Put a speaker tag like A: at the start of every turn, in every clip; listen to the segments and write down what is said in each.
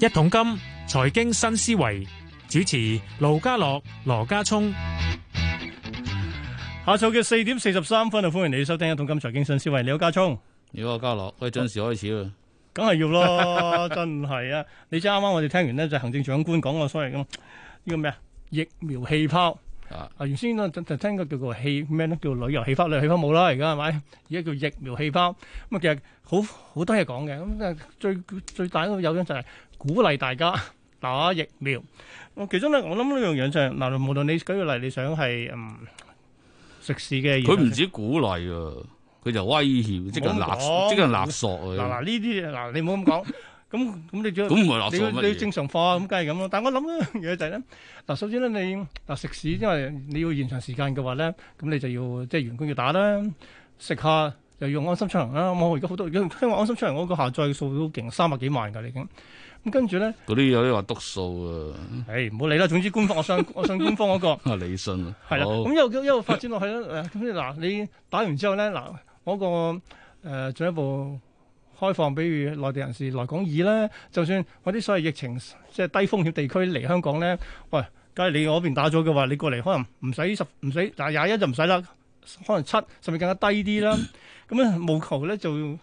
A: 一桶金財經新思維主持盧家樂、羅家聰。
B: 下晝嘅四點四十三分啊，歡迎你收聽《一桶金財經新思維》，你好，家聰，
C: 如果家樂，我哋準時開始啊喎。
B: 梗係要咯，真係啊！你知啱啱我哋聽完呢，就行政長官講個所謂咁呢個咩啊疫苗氣泡
C: 啊，
B: 啊，原先咧就就聽個叫做氣咩咧，叫旅遊氣泡，旅遊氣泡冇啦，而家係咪？而家叫疫苗氣泡咁啊，其實好好多嘢講嘅咁，但係最最大嗰個誘因就係鼓勵大家 打疫苗。我其中咧，我諗呢樣嘢就係嗱，無論你舉個例，你想係嗯食肆嘅嘢，
C: 佢唔止鼓勵啊，佢就威脅，即係
B: 唔好
C: 勒
B: 咁講
C: 即係勒索
B: 嗱
C: 啊。
B: 嗱呢啲嗱，你唔好咁講。 咁咁你仲要
C: 咁唔係勒
B: 你要
C: 索
B: 你要
C: 乜嘢？
B: 正常化咁，梗係咁咯。但係我諗一樣嘢就係咧，嗱，首先咧，你嗱食肆，因為你要延長時間嘅話咧，咁你就要即係員工要打啦，食下又要用安心出行啦。咁我而家好多， 因為聽話安心出行我個下載數都勁三百幾萬㗎，已經。咁跟住咧，
C: 嗰啲有啲話篤數
B: 誒唔好理啦。總之官方，我上 我上官方嗰、個
C: 啊，理信啊，
B: 係啦。
C: 好
B: 咁一路一路發展落去啦。誒咁你嗱，你打完之後咧，嗱嗰、個誒、呃、進一步。開放，比如內地人士來港易咧，就算我啲所謂疫情即係低風險地區嚟香港咧，喂，梗係你嗰邊打咗嘅話，你過嚟可能唔使十唔使嗱廿一就唔使啦，可能七甚至更加低啲啦。咁咧務求咧就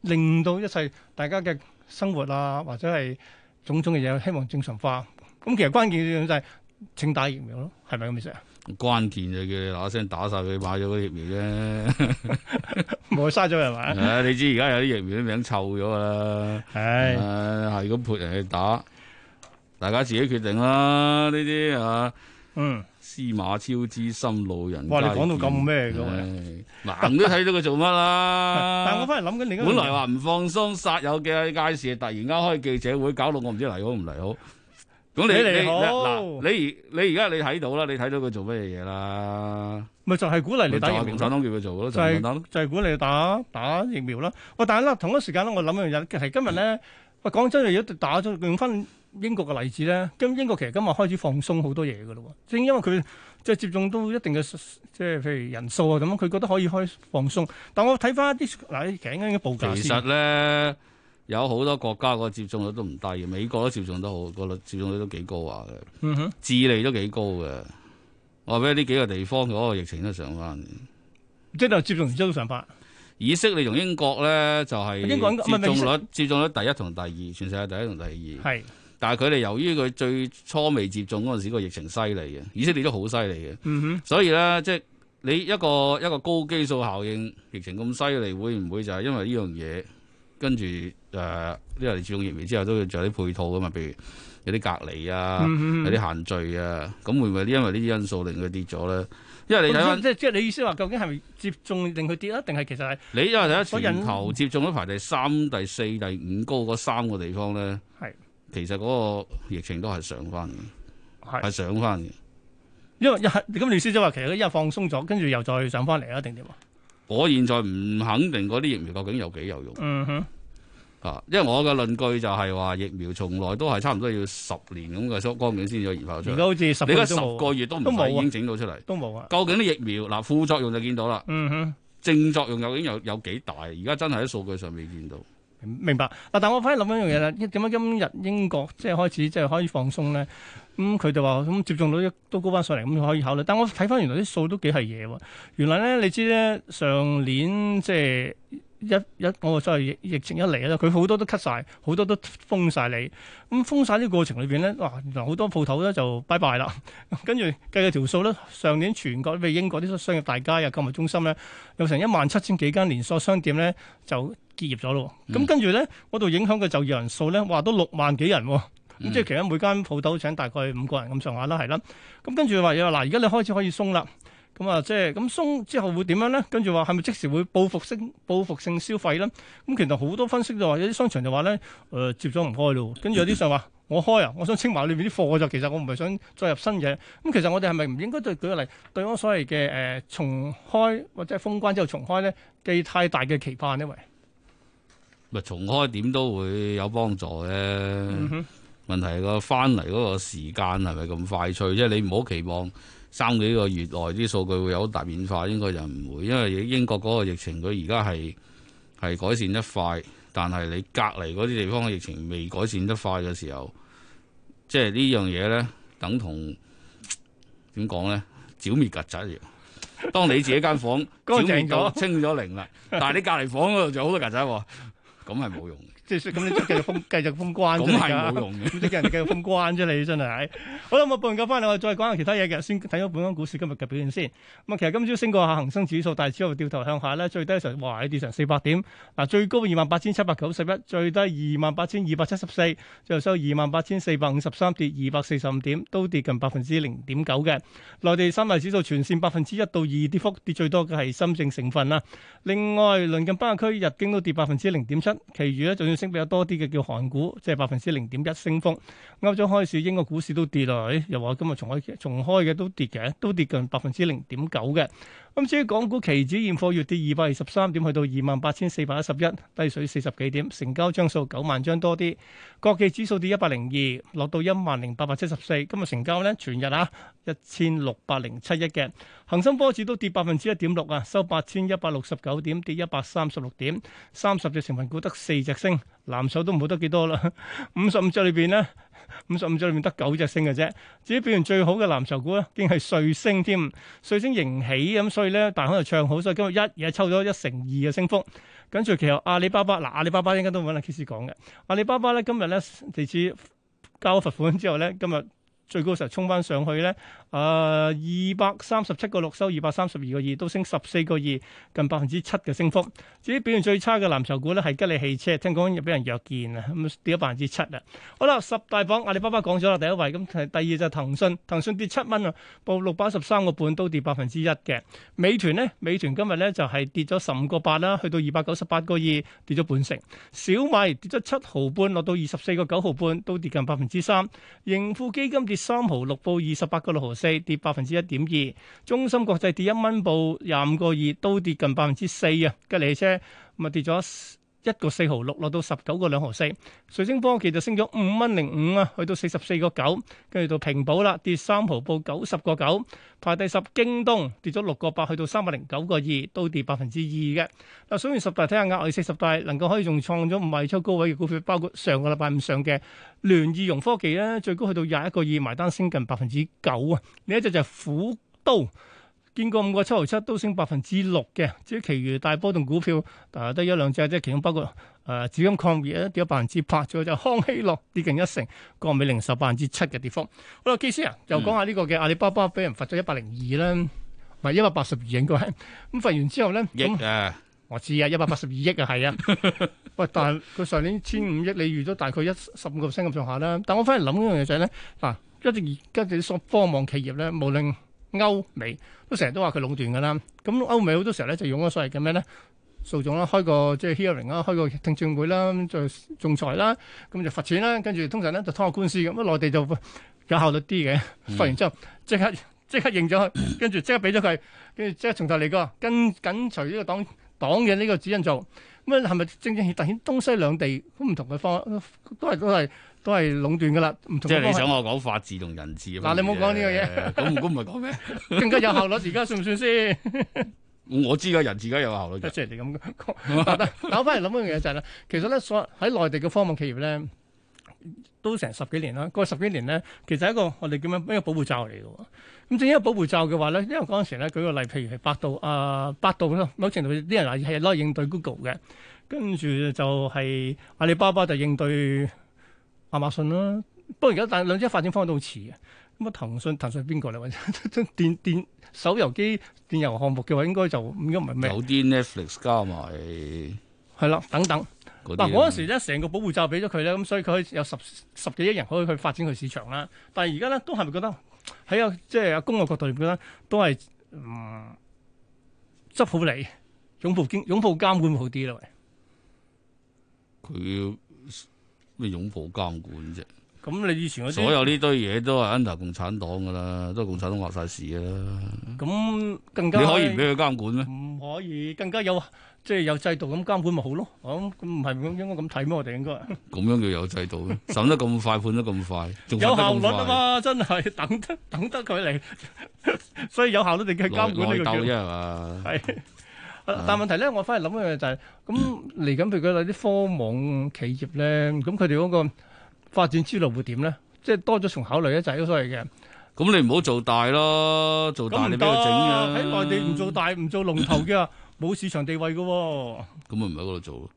B: 令到一切大家嘅生活啊，或者係種種嘅嘢，希望正常化。咁其實關鍵就係請打疫苗咯，係咪咁意思啊？
C: 關鍵就叫你嗱嗱聲打晒佢，買咗嗰啲疫苗 啫。
B: 冇嘥咗係啊 咪？
C: 唉，你知而家有啲疫苗啲名臭咗㗎啦。啊
B: 唉。
C: 唉，係咁潑人去打，大家自己決定啦。呢啲啊，
B: 嗯，
C: 司馬超之心，路人
B: 哇你
C: 皆
B: 講到咁
C: 見
B: 咩嘅喂
C: 唉盲都睇到佢做乜啦。
B: 但係我翻嚟諗緊另一樣嘢
C: 啊本來話唔放鬆殺友嘅街市，突然間開記者會，搞到我唔知嚟好唔嚟好。咁你
B: 你嚟
C: 你
B: 好
C: 嗱，你而你而家你睇到啦，你睇到佢做乜嘢嘢啦？
B: 咪就係鼓勵你打
C: 咪就
B: 疫
C: 係
B: 苗
C: 共
B: 咯
C: 產。黨叫佢做咯，就
B: 就
C: 係
B: 係
C: 共產黨。
B: 就係鼓勵你打打疫苗啦。喂，但係咧同一時間咧，我諗一樣嘢，其實今日
C: 嗯
B: 咧，喂講真，如果打咗用翻英國嘅例子咧，咁英國其實今日開始放鬆好多嘢嘅咯喎，正因為佢即係接種到一定嘅即係譬如人數啊咁，佢覺得可以開放鬆。但我睇翻啲嗱，其實應該報價
C: 其
B: 先
C: 實。咧，有好多國家個接種率都唔低嘅，美國都接種得好，個率接種率都幾高啊嘅。
B: 嗯哼，
C: 智利都幾高嘅。我話俾你呢幾個地方嗰個疫情都上翻。
B: 即係就接種完之後都上法。
C: 以色列同英國咧就係、
B: 英國英國唔係唔係
C: 接
B: 以色
C: 種率接種率第一同第二，全世界第一同第二。
B: 係，
C: 但係佢哋由於佢最初未接種嗰陣時個疫情犀利嘅，以色列都好犀利嘅，
B: 嗯哼，
C: 所以咧即係你一個一個高基數效應，疫情咁犀利，會唔會就係因為呢樣嘢跟住誒？呃因為你接種疫苗之後都要做啲配套噶嘛，譬如有啲隔離啊，
B: 嗯哼。
C: 有啲限聚啊，咁會唔會因為呢啲因素令佢跌咗咧？因為你睇
B: 咁
C: 翻
B: 即係即係你意思話，究竟係咪接種令佢跌啊？定係其實係
C: 你因為睇下
B: 所以人
C: 全球接種率排第三、第四、第五高嗰三個地方咧，
B: 係
C: 其實嗰個疫情都係上翻嘅，
B: 係
C: 係上翻嘅。
B: 因為一係咁你意思即係話，其實一日放鬆咗，跟住又再上翻嚟啊？定點啊？
C: 我現在唔肯定嗰啲疫苗究竟有幾有用
B: 嗯哼，
C: 啊，因為我嘅論據就係話疫苗從來都係差唔多要十年咁嘅光景先至研發出
B: 而
C: 嚟
B: 家。好似十
C: 你
B: 個月
C: 而家十
B: 都冇，
C: 個月都唔
B: 都冇啊
C: 使已經整到出嚟。
B: 都冇啊。
C: 究竟啲疫苗嗱副作用就見到啦，
B: 嗯哼，
C: 正作用究竟有有幾大？而家真係喺數據上未見到。
B: 明白。嗱，但我反而諗一樣嘢啦，點解今日英國即係開始即係可以放鬆咧？咁佢哋話咁接種率都高翻上嚟，咁可以考慮。但我睇翻原來啲數都幾係嘢喎。原來咧，你知咧上年即係一一我所謂疫疫情一嚟咧，佢好多都 cut 晒，好多都封晒你。咁封晒呢個過程裏邊咧，哇！原來好多鋪頭咧就拜拜啦。 跟住計嘅條數咧，上年全國譬如英國啲商業大街啊、購物中心咧，有成一萬七千幾間連鎖商店咧就結業咗咯。咁、
C: 嗯
B: 跟住咧，嗰度影響嘅就業人數咧，話都六萬幾人喎、咁
C: 嗯
B: 即係其實每間鋪頭請大概五個人咁上下啦，係啦。咁跟住話又話嗱，而家你開始可以鬆啦。咁啊，即係咁鬆之後會點樣咧？跟住話係咪即時會報復性報復性消費咧？咁其實好多分析就話有啲商場就話咧，誒、接咗唔開咯。跟住有啲就話我開啊，我想清埋裏面啲貨就其實我唔係想再入新嘢。咁其實我哋係咪唔應該對舉個例對我所謂嘅誒、呃重開或者係封關之後重開咧寄太大嘅期盼呢？喂，
C: 咪重開點都會有幫助嘅。
B: 嗯哼，
C: 問題係個翻嚟嗰個時間係咪咁快脆？即係你唔好期望三幾個月內啲數據會有好大變化，應該就唔會，因為英國嗰個疫情佢而家係係改善得快，但係你隔離嗰啲地方嘅疫情未改善得快嘅時候，即係呢樣嘢咧，等同嗯點講咧，剿滅曱甴一樣。當你自己間房
B: 乾淨咗
C: 剿滅到清咗零啦，但係你隔離房嗰度就好多曱甴喎，咁係冇用嘅，
B: 即係咁你都繼續封繼續封關啫
C: 咁係
B: 㗎
C: 冇用嘅。
B: 咁即係人哋繼續封關啫，你真係。好啦，咁啊，報完價翻嚟，我哋再講下其他嘢嘅。先睇咗本港股市今日嘅表現先。咁啊，其實今朝升過下恒生指數，但係之後掉頭向下咧，最低嘅時候，哇，跌成四百點。嗱，最高二萬八千七百九十一，最低二萬八千二百七十四，最後收二萬八千四百五十三，跌二百四十五點，都跌近百分之零點九嘅。內地三大指數全線百分之一到二跌幅，跌最多嘅係深證成分啦。另外，鄰近北亞區日經都跌百分之零點七，其餘咧就算升比較多啲嘅叫韓股，即係百分之零點一升幅。歐洲開市，英國股市都跌啦，誒又話今日重開重開嘅都跌嘅，都跌近百分之零點九嘅。咁至於港股期指現貨月跌二百二十三點，去到二萬八千四百一十一，低水四十幾點，成交張數九萬張多啲。國企指數跌一百零二，落到一萬零八百七十四。今日成交咧全日啊一千六百零七億嘅。恒生科指都跌百分之一點六啊，收八千一百六十九點，跌一百三十六點。三十隻成分股得四隻升，藍籌都冇得幾多啦。 五十五隻裏邊咧。五十五隻裏面得九隻升嘅啫，至於表現最好嘅藍籌股咧，竟係瑞星添，瑞星迎起咁，所以咧大行就唱好，所以今日一嘢抽咗一成二嘅升幅。跟住其後阿里巴巴嗱，阿里巴巴應該都揾阿 K 師講嘅，阿里巴巴咧今日咧地址交咗罰款之後咧，今日最高時候衝翻上去咧，誒二百三十七個六收二百三十二個二，都升十四個二，近百分之七嘅升幅。至於表現最差嘅藍籌股咧，係吉利汽車，聽講又俾人弱見啊，咁跌咗百分之七啊。好啦，十大榜阿里巴巴講咗啦，第一位咁，第二就係騰訊，騰訊跌七蚊啊，報六百一十三個半，都跌百分之一嘅。美團呢，美團今日咧就係跌咗十五個八啦，去到二百九十八個二，跌咗半成。小米跌咗七毫半，落到二十四個九毫半，都跌近百分之三。盈富基金跌三毫六，報二十八個六毫四，跌百分之一點二。中芯國際跌一蚊，報廿五個二，都跌近百分之四啊。吉利汽車咁啊跌咗。一個四毫六落到十九個兩毫四，瑞星科技就升咗五蚊零五啊，去到四十四個九，跟住到平保啦，跌三毫報九十個九，排第十。京東跌咗六個八，去到三百零九個二，都跌百分之二嘅。嗱，數完十大睇下額外四十大能夠可以仲創咗五位出高位嘅股票，包括上個禮拜五上嘅聯易融科技咧，最高去到廿一個二，埋單升近百分之九啊。另一隻就係虎都。見過五個七毫七都升百分之啊六嘅，至於其餘大波動股票，啊得一兩隻啫，其中包括誒紫金礦業咧跌咗百分之八，仲有就康希諾跌近一成，國美零售百分之七嘅跌幅。好啦，基師啊，又講下呢個嘅阿里巴巴俾人罰咗一百零二啦，唔係一百八十二應該 係。咁罰完之後咧，
C: 亦
B: 咁
C: 啊，
B: 我知啊，一百八十二億啊，係啊。喂，但係佢上年千五億，你預咗大概一十五個 percent 咁上下啦。但我反而諗一樣嘢就係咧，嗱，一直而家啲所科網企業咧，無論歐美都成日都話佢壟斷㗎啦。咁歐美好多時候咧就用咗所謂嘅咩咧訴訟啦，開個即係 hearing 啦，開個聽證會啦，咁就仲裁啦，咁就罰錢啦，跟住通常咧就拖下官司咁。咁啊內地就有效率啲嘅，
C: 嗯
B: 罰完之後即刻即刻認咗佢，跟住即刻俾咗佢，跟住即刻從頭嚟過，跟緊隨呢個黨黨嘅呢個指引做。咁啊，係咪正正凸顯東西兩地都唔同嘅方，都係都係都係壟斷㗎啦，唔同
C: 即
B: 嘅
C: 係
B: 方
C: 你
B: 向
C: 想我講法治同人治嘅
B: 嗱你冇講呢個嘢
C: 嘢，咁咁唔係講咩？
B: 更加有效率，而家算唔算先？
C: 我知噶，人治而家有效率嘅。
B: 即係你咁講。但但但我翻嚟諗一樣嘢就係、咧，其實咧所喺內地嘅科網企業咧，都成十幾年啦。過去十幾年咧，其實係一個我哋叫咩一個保護罩嚟嘅喎。咁正因為保護罩嘅話咧，因為嗰陣時咧舉個例，譬如係百度啊、百度咯，某程度啲人話係攞嚟應對 Google 嘅，跟住就係阿里巴巴就應對亞馬遜啦。不過而家但係兩者發展方向都好似嘅。咁啊，騰訊騰訊邊個嚟？或者 電電手遊機電遊項目嘅話，應該就應該唔 係咩？
C: 有啲 Netflix 加埋
B: 係啦，等等。
C: 嗰啲
B: 嗱，嗰陣時
C: 咧
B: 咧，成個保護罩俾咗佢咧，咁所以佢可以有十十幾億人可以去發展佢市場啦。但係而家咧，都係咪覺得喺個即係阿公嘅角度嚟講咧，都係嗯執好你，擁抱經擁抱監管會好啲咯。喂
C: 佢咩擁抱監管啫？
B: 咁你以前嗰
C: 所
B: 啲
C: 有呢堆嘢都係 under 共產黨噶啦，都係共產黨話晒事噶啦。
B: 咁更
C: 你
B: 加
C: 可以唔俾佢監管咩？
B: 唔可以更加有即係有制度咁監管咪好咯？咁咁唔係咁應該咁睇咩？我哋應該
C: 咁樣叫有制 度咩？審得咁快，判得咁快，仲
B: 有
C: 罰得
B: 效
C: 咁
B: 率啊
C: 快
B: 嘛，真係等得 等得佢嚟，所以有效率地去監管呢
C: 內內
B: 個
C: 鬥
B: 叫
C: 啫係嘛？
B: 係。啊但係問題咧，我翻嚟諗一樣就係 咁嚟緊，譬如佢有啲科網企業咧，咁佢哋嗰個發展之路會點咧？即係多咗重考慮咧，就係嗰所謂嘅。
C: 咁你唔好做大咯，做大
B: 咁
C: 你
B: 唔得，
C: 俾佢整啊！
B: 喺內地唔做，大唔做龍頭嘅，冇市場地位嘅喎。
C: 咁咪唔喺嗰度做咯。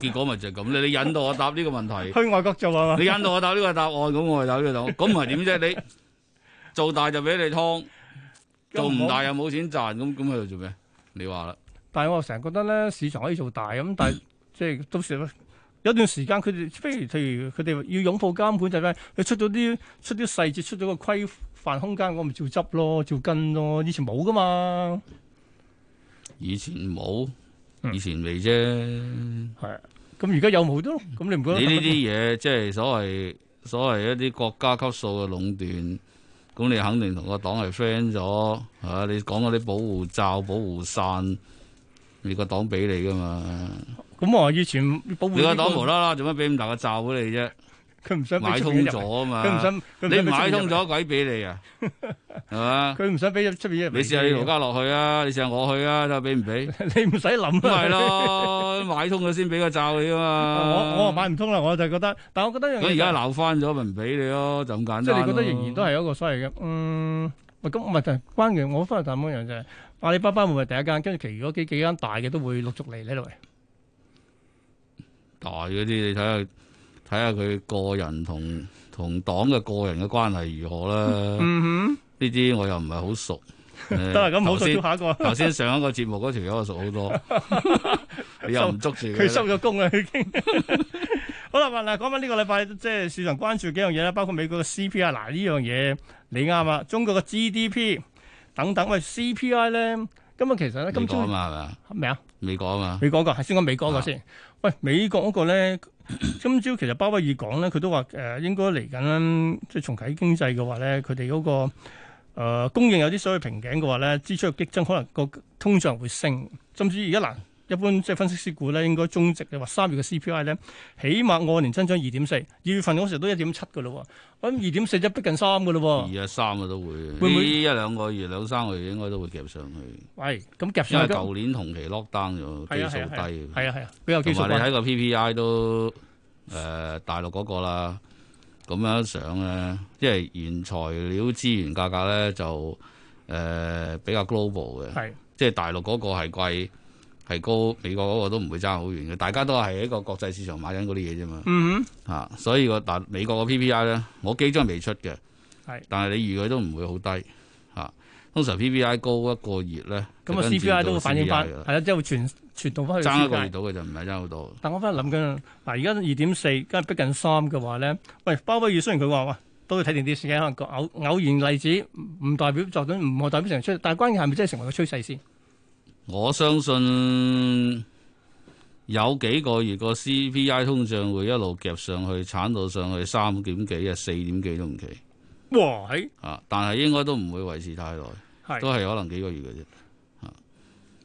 C: 結果咪就係咁，你你引導我答呢個問題。
B: 去外國做啊嘛，
C: 你引導我答呢個答案，咁我就答呢個答案。咁唔係點啫？你做大就俾你劏，做唔大又冇錢賺，咁咁喺度做咩？你話啦，
B: 但係我成日覺得咧，市場可以做大咁， 但係即係到時有段時間佢哋，譬如譬如佢哋要擁抱監管就係咩？佢出咗啲出啲細節，出咗個規範空間，我咪照執咯，照跟咯，以前冇噶嘛。
C: 以前冇，
B: 嗯
C: 以前未啫。你
B: 係啊，咁而家有冇都，咁你唔覺得？
C: 呢啲嘢即係所謂所謂一啲國家級數嘅壟斷，咁你肯定同個黨係 friend 咗啊！你講嗰啲保護罩、保護傘，你個黨俾你噶嘛？
B: 咁我話以前保護
C: 你個黨無
B: 呢
C: 啦啦做乜俾咁大個罩俾你啫？
B: 個，佢唔想俾
C: 買
B: 出
C: 通
B: 面入嚟，
C: 咗啊嘛！
B: 佢唔想，佢唔想
C: 你
B: 俾
C: 唔買
B: 出面入
C: 通咗鬼俾你 啊，係
B: 嚟，
C: 嘛？
B: 佢唔想俾出面入嚟。
C: 你試下你盧家樂去啊，你試下我去啊，睇下俾唔 俾？
B: 你唔使諗啊
C: 咁
B: 啦
C: 咪係。 咯，買通佢先俾個罩你啊嘛。
B: 我我買唔通啦，我就覺得，但我覺得樣
C: 咁
B: 嘢
C: 而家
B: 就係
C: 鬧翻咗咪唔俾你咯，就咁簡單
B: 即
C: 咯。
B: 係你覺得仍然都係一個所謂嘅，嗯，喂咁唔係，但係關鍵我翻嚟談嗰樣就係阿里巴巴會唔會係第一間，跟住其餘嗰幾幾間大嘅都會陸續嚟呢度。喂
C: 大嗰啲，你睇下睇下佢個人同同黨嘅個人嘅關係如何啦。
B: 嗯
C: 呢啲我又唔係好熟。
B: 哼，
C: 得
B: 嗯得啊啦，咁唔好
C: 頭
B: 再
C: 先
B: 跳下一個，
C: 頭先上一個節目嗰條友我熟好多， 你又唔捉住
B: 佢收
C: 佢。
B: 咗工啦已經。
C: 啊
B: 好啦，嗱，講翻呢個禮拜即係市場關注幾樣嘢啦，包括美國嘅 CPI，嗱呢樣嘢你啱啊，中國嘅 GDP 等等，喂 CPI 咧，咁啊其實咧
C: 美
B: 今
C: 國
B: 朝
C: 啊嘛係咪啊？
B: 咩啊？
C: 美國啊嘛。
B: 美國嗰個係先講美國嗰個先。
C: 啊
B: 喂，美國嗰個咧， 今朝其實鮑威爾講咧，佢都話誒、呃、應該嚟緊咧即係重啟經濟嘅話咧，佢哋嗰個、呃、供應有啲所謂瓶頸嘅話咧，支出嘅激增可能個通脹會升，甚至而家嗱，一般即係分析師估咧，應該中值你話三月嘅 CPI 咧，起碼按年增長二點四，二月份嗰時都一點七嘅咯喎，咁二點四即係逼近三嘅咯喎。
C: 二啊三啊都會，
B: 哦會唔
C: 呢
B: 會
C: 一兩個月兩三個月應該都會夾上去，
B: 喂，啊咁夾
C: 因為
B: 上去
C: 舊年同期 lock down 咗，
B: 係
C: 基
B: 啊
C: 數
B: 係啊
C: 低，
B: 係啊係啊，比較基數
C: 同埋你
B: 關
C: 睇個 PPI 都誒、呃大陸嗰個啦，咁樣上咧，因為原材料資源價格咧就誒、呃比較 global 嘅，
B: 係
C: 即係大陸嗰個係貴係高，美國嗰個都唔會爭好遠嘅，大家都係喺個國際市場買緊嗰啲嘢啫嘛。
B: 嗯
C: 啊，所以個大美國個 PPI 咧，我幾張未出嘅，
B: 係
C: 但係你預佢都唔會好低嚇、啊通常 PPI 高一個月咧，
B: 哼，咁啊
C: 就跟住
B: CPI
C: 到
B: 都會反映翻
C: CPI 㗎啦
B: 係啦，即係會傳傳導翻去
C: 啊爭
B: CPI
C: 一個月到嘅就唔係爭好多。
B: 但我翻諗緊啦，嗱而家二點四，今日逼近三嘅話咧，喂，鮑威爾雖然佢話哇，都要睇定啲時間，可能個偶偶然例子唔代表作準，唔代表成出，但係關鍵係咪真係成為個趨勢先？
C: 我相信有幾個月個 CPI 通脹會一路夾上去，鏟到上去三點幾啊、四點幾都唔奇
B: 哇，係
C: 啊！但係應該都唔會維持太耐，
B: 係，
C: 都係可能幾個月嘅啫。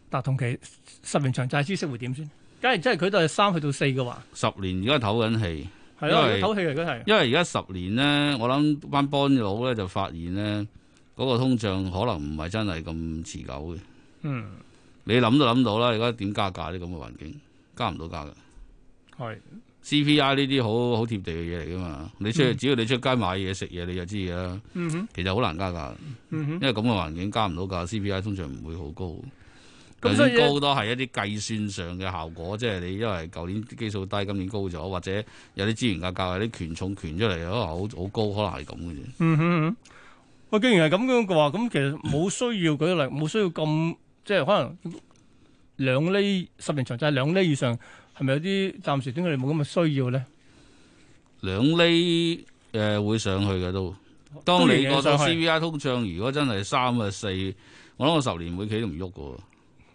B: 但同期十年長債孳息會點先？假如真係佢都係三去到四嘅話，
C: 十年而家唞緊氣。
B: 係咯，而
C: 因為
B: 家唞氣嚟嘅係，
C: 因為而家十年咧，我諗班 bond 佬咧就發現咧，嗰、個通脹可能唔係真係咁持久嘅。
B: 嗯，
C: 你諗都諗到啦，而家點加價呢？咁嘅環境加唔到價嘅。
B: 係
C: CPI 呢啲好好貼地嘅嘢嚟噶嘛，你出去只要你出街買嘢食嘢你就知嘅啦。
B: 嗯哼，
C: 其實好難加價，
B: 嗯
C: 因
B: 哼，
C: 為咁嘅環境加唔到價，CPI 通常唔會好高。
B: 咁
C: 咁
B: 所
C: 所
B: 以
C: 以高都係一啲計算上嘅效果，即係你因為舊年基數低，今年高咗，或者有啲資源價格有啲權重權出嚟，可能好好高，可能係咁嘅啫。
B: 嗯哼嗯哼，喂，既然係咁樣嘅話，咁其實冇需要舉例，冇需要咁即係可能兩厘十年長債兩厘以上，係咪有啲暫時點解你冇咁嘅需要咧？
C: 兩厘誒、呃、會上去嘅都。當你覺
B: 都
C: 得
B: 仍然上去
C: CPI 通脹如果真係三啊四，我諗我十年會企都唔喐嘅喎，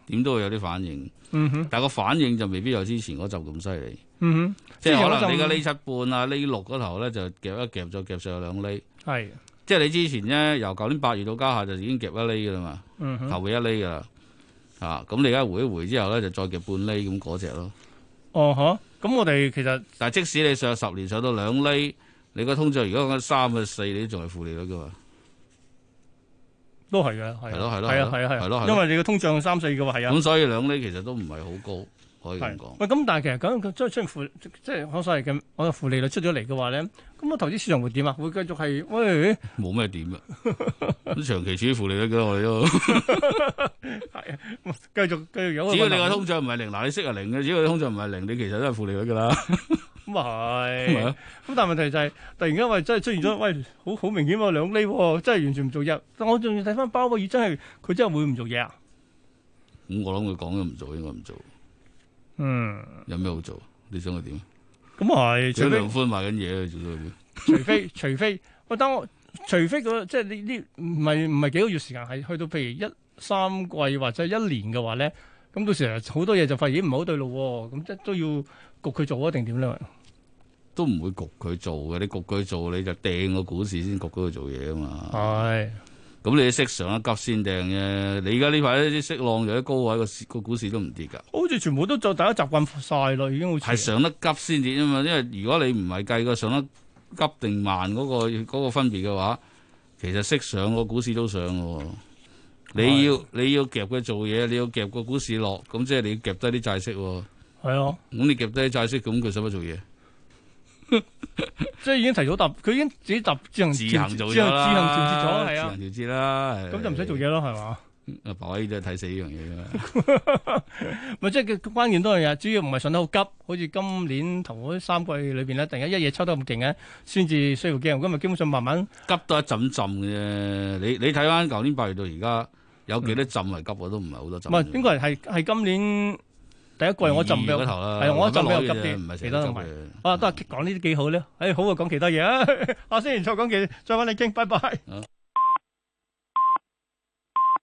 C: 點都會有啲反應。
B: 嗯哼，
C: 但係個反應就未必有之前嗰陣咁犀利，
B: 嗯
C: 即係可
B: 之前嗰陣
C: 能你嘅呢七半啊、呢六嗰頭咧就夾一夾再夾上兩厘。
B: 哼，係，
C: 即係你之前咧由舊年八月到家下就已經夾一厘嘅啦嘛，
B: 嗯哼，
C: 頭尾一厘嘅啦。啊，咁你而家回一回之後咧就再夾半厘咁嗰只咯。
B: 哦呵，咁我哋其實
C: 但係即使你上十年上到兩厘，你個通脹如果講緊三啊四，你都仲係負利率嘅嘛。
B: 都係嘅，係
C: 係咯係咯
B: 係啊係啊
C: 係咯係
B: 係啊，
C: 咯
B: 因為你個通脹三四嘅喎，係啊。
C: 咁所以兩厘其實都唔係好高，可以嗯咁
B: 係
C: 講。
B: 喂，咁但係其實咁佢即係出現負，即係我所謂嘅我嘅負利率出咗嚟嘅話咧，咁個投資市場會點啊？會繼續係喂
C: 冇咩點啊！咁長期處於負利率嘅我 哋都，
B: 係繼續繼續有個
C: 只要你
B: 運
C: 個
B: 行
C: 通脹唔係零，嗱你息係零嘅，只要你通脹唔係零，你其實都係負利率㗎啦，
B: 咁啊
C: 係咪
B: 係
C: 啊。
B: 咁但係問題就係、突然間喂真係出現咗喂好好明顯喎兩厘喎，真係完全唔做嘢。但我仲要睇翻鮑威爾真係佢真係會唔做嘢啊？
C: 咁我諗佢講咗唔做，應該唔做，
B: 嗯，
C: 有咩好做？你想佢點？
B: 咁啊係
C: 除
B: 除非
C: 梁寬賣緊嘢，做到佢
B: 除非除非喂，當我除非嗰即係呢呢唔係唔係幾個月時間，係去到譬如一三季或者一年嘅話咧，咁到時好多嘢就發現咦唔係好對路喎，咁即係都要焗佢做啊定點咧？
C: 都唔會焗佢做嘅。你焗佢做，你就掟個股市先焗佢做嘢啊嘛。
B: 係
C: 咁你息上一急先掟啫。你而家呢排啲息浪有啲高位，個市個股市都唔跌㗎。
B: 好似全部都做，大家習慣晒啦，已經好似
C: 係上得急先至啊嘛，因為如果你唔係計個上得急定慢嗰、個嗰個分別嘅話，其實識上個股市都上嘅喎。你要你要夾佢做嘢，你要夾個股市落，咁即係你要夾低啲債息喎。咁
B: 係啊，
C: 你夾低啲債息，咁佢使乜做嘢？
B: 即係已經提早答，佢已經自己答自行
C: 自行做
B: 自
C: 咗
B: 行自
C: 啦
B: 行調節咗，係啊，
C: 自行調節啦。係
B: 咁就唔使做。嘢咯，係嘛？
C: 阿啊白威都係睇死呢樣嘢㗎嘛。
B: 咪即係佢關鍵多樣嘢，主要唔係上得好急，好似今年頭嗰三季裏邊咧，突然間一夜抽得咁勁嘅，先至需要驚。今日基本上慢慢
C: 急到一浸浸嘅啫。你你睇翻舊年八月到而家，有幾多浸係急？我都唔係好多
B: 唔
C: 浸。
B: 係應該係係今年第一季我就唔
C: 咗
B: 俾
C: 頭啦，
B: 係啊我
C: 就
B: 就比較急啲
C: 唔係成
B: 其他
C: 日
B: 都
C: 都急
B: 唔係
C: 嘅。
B: 啊，都係講呢啲幾好咧。誒、好啊，講其他嘢啊，下星期再講其，再揾你傾，拜拜。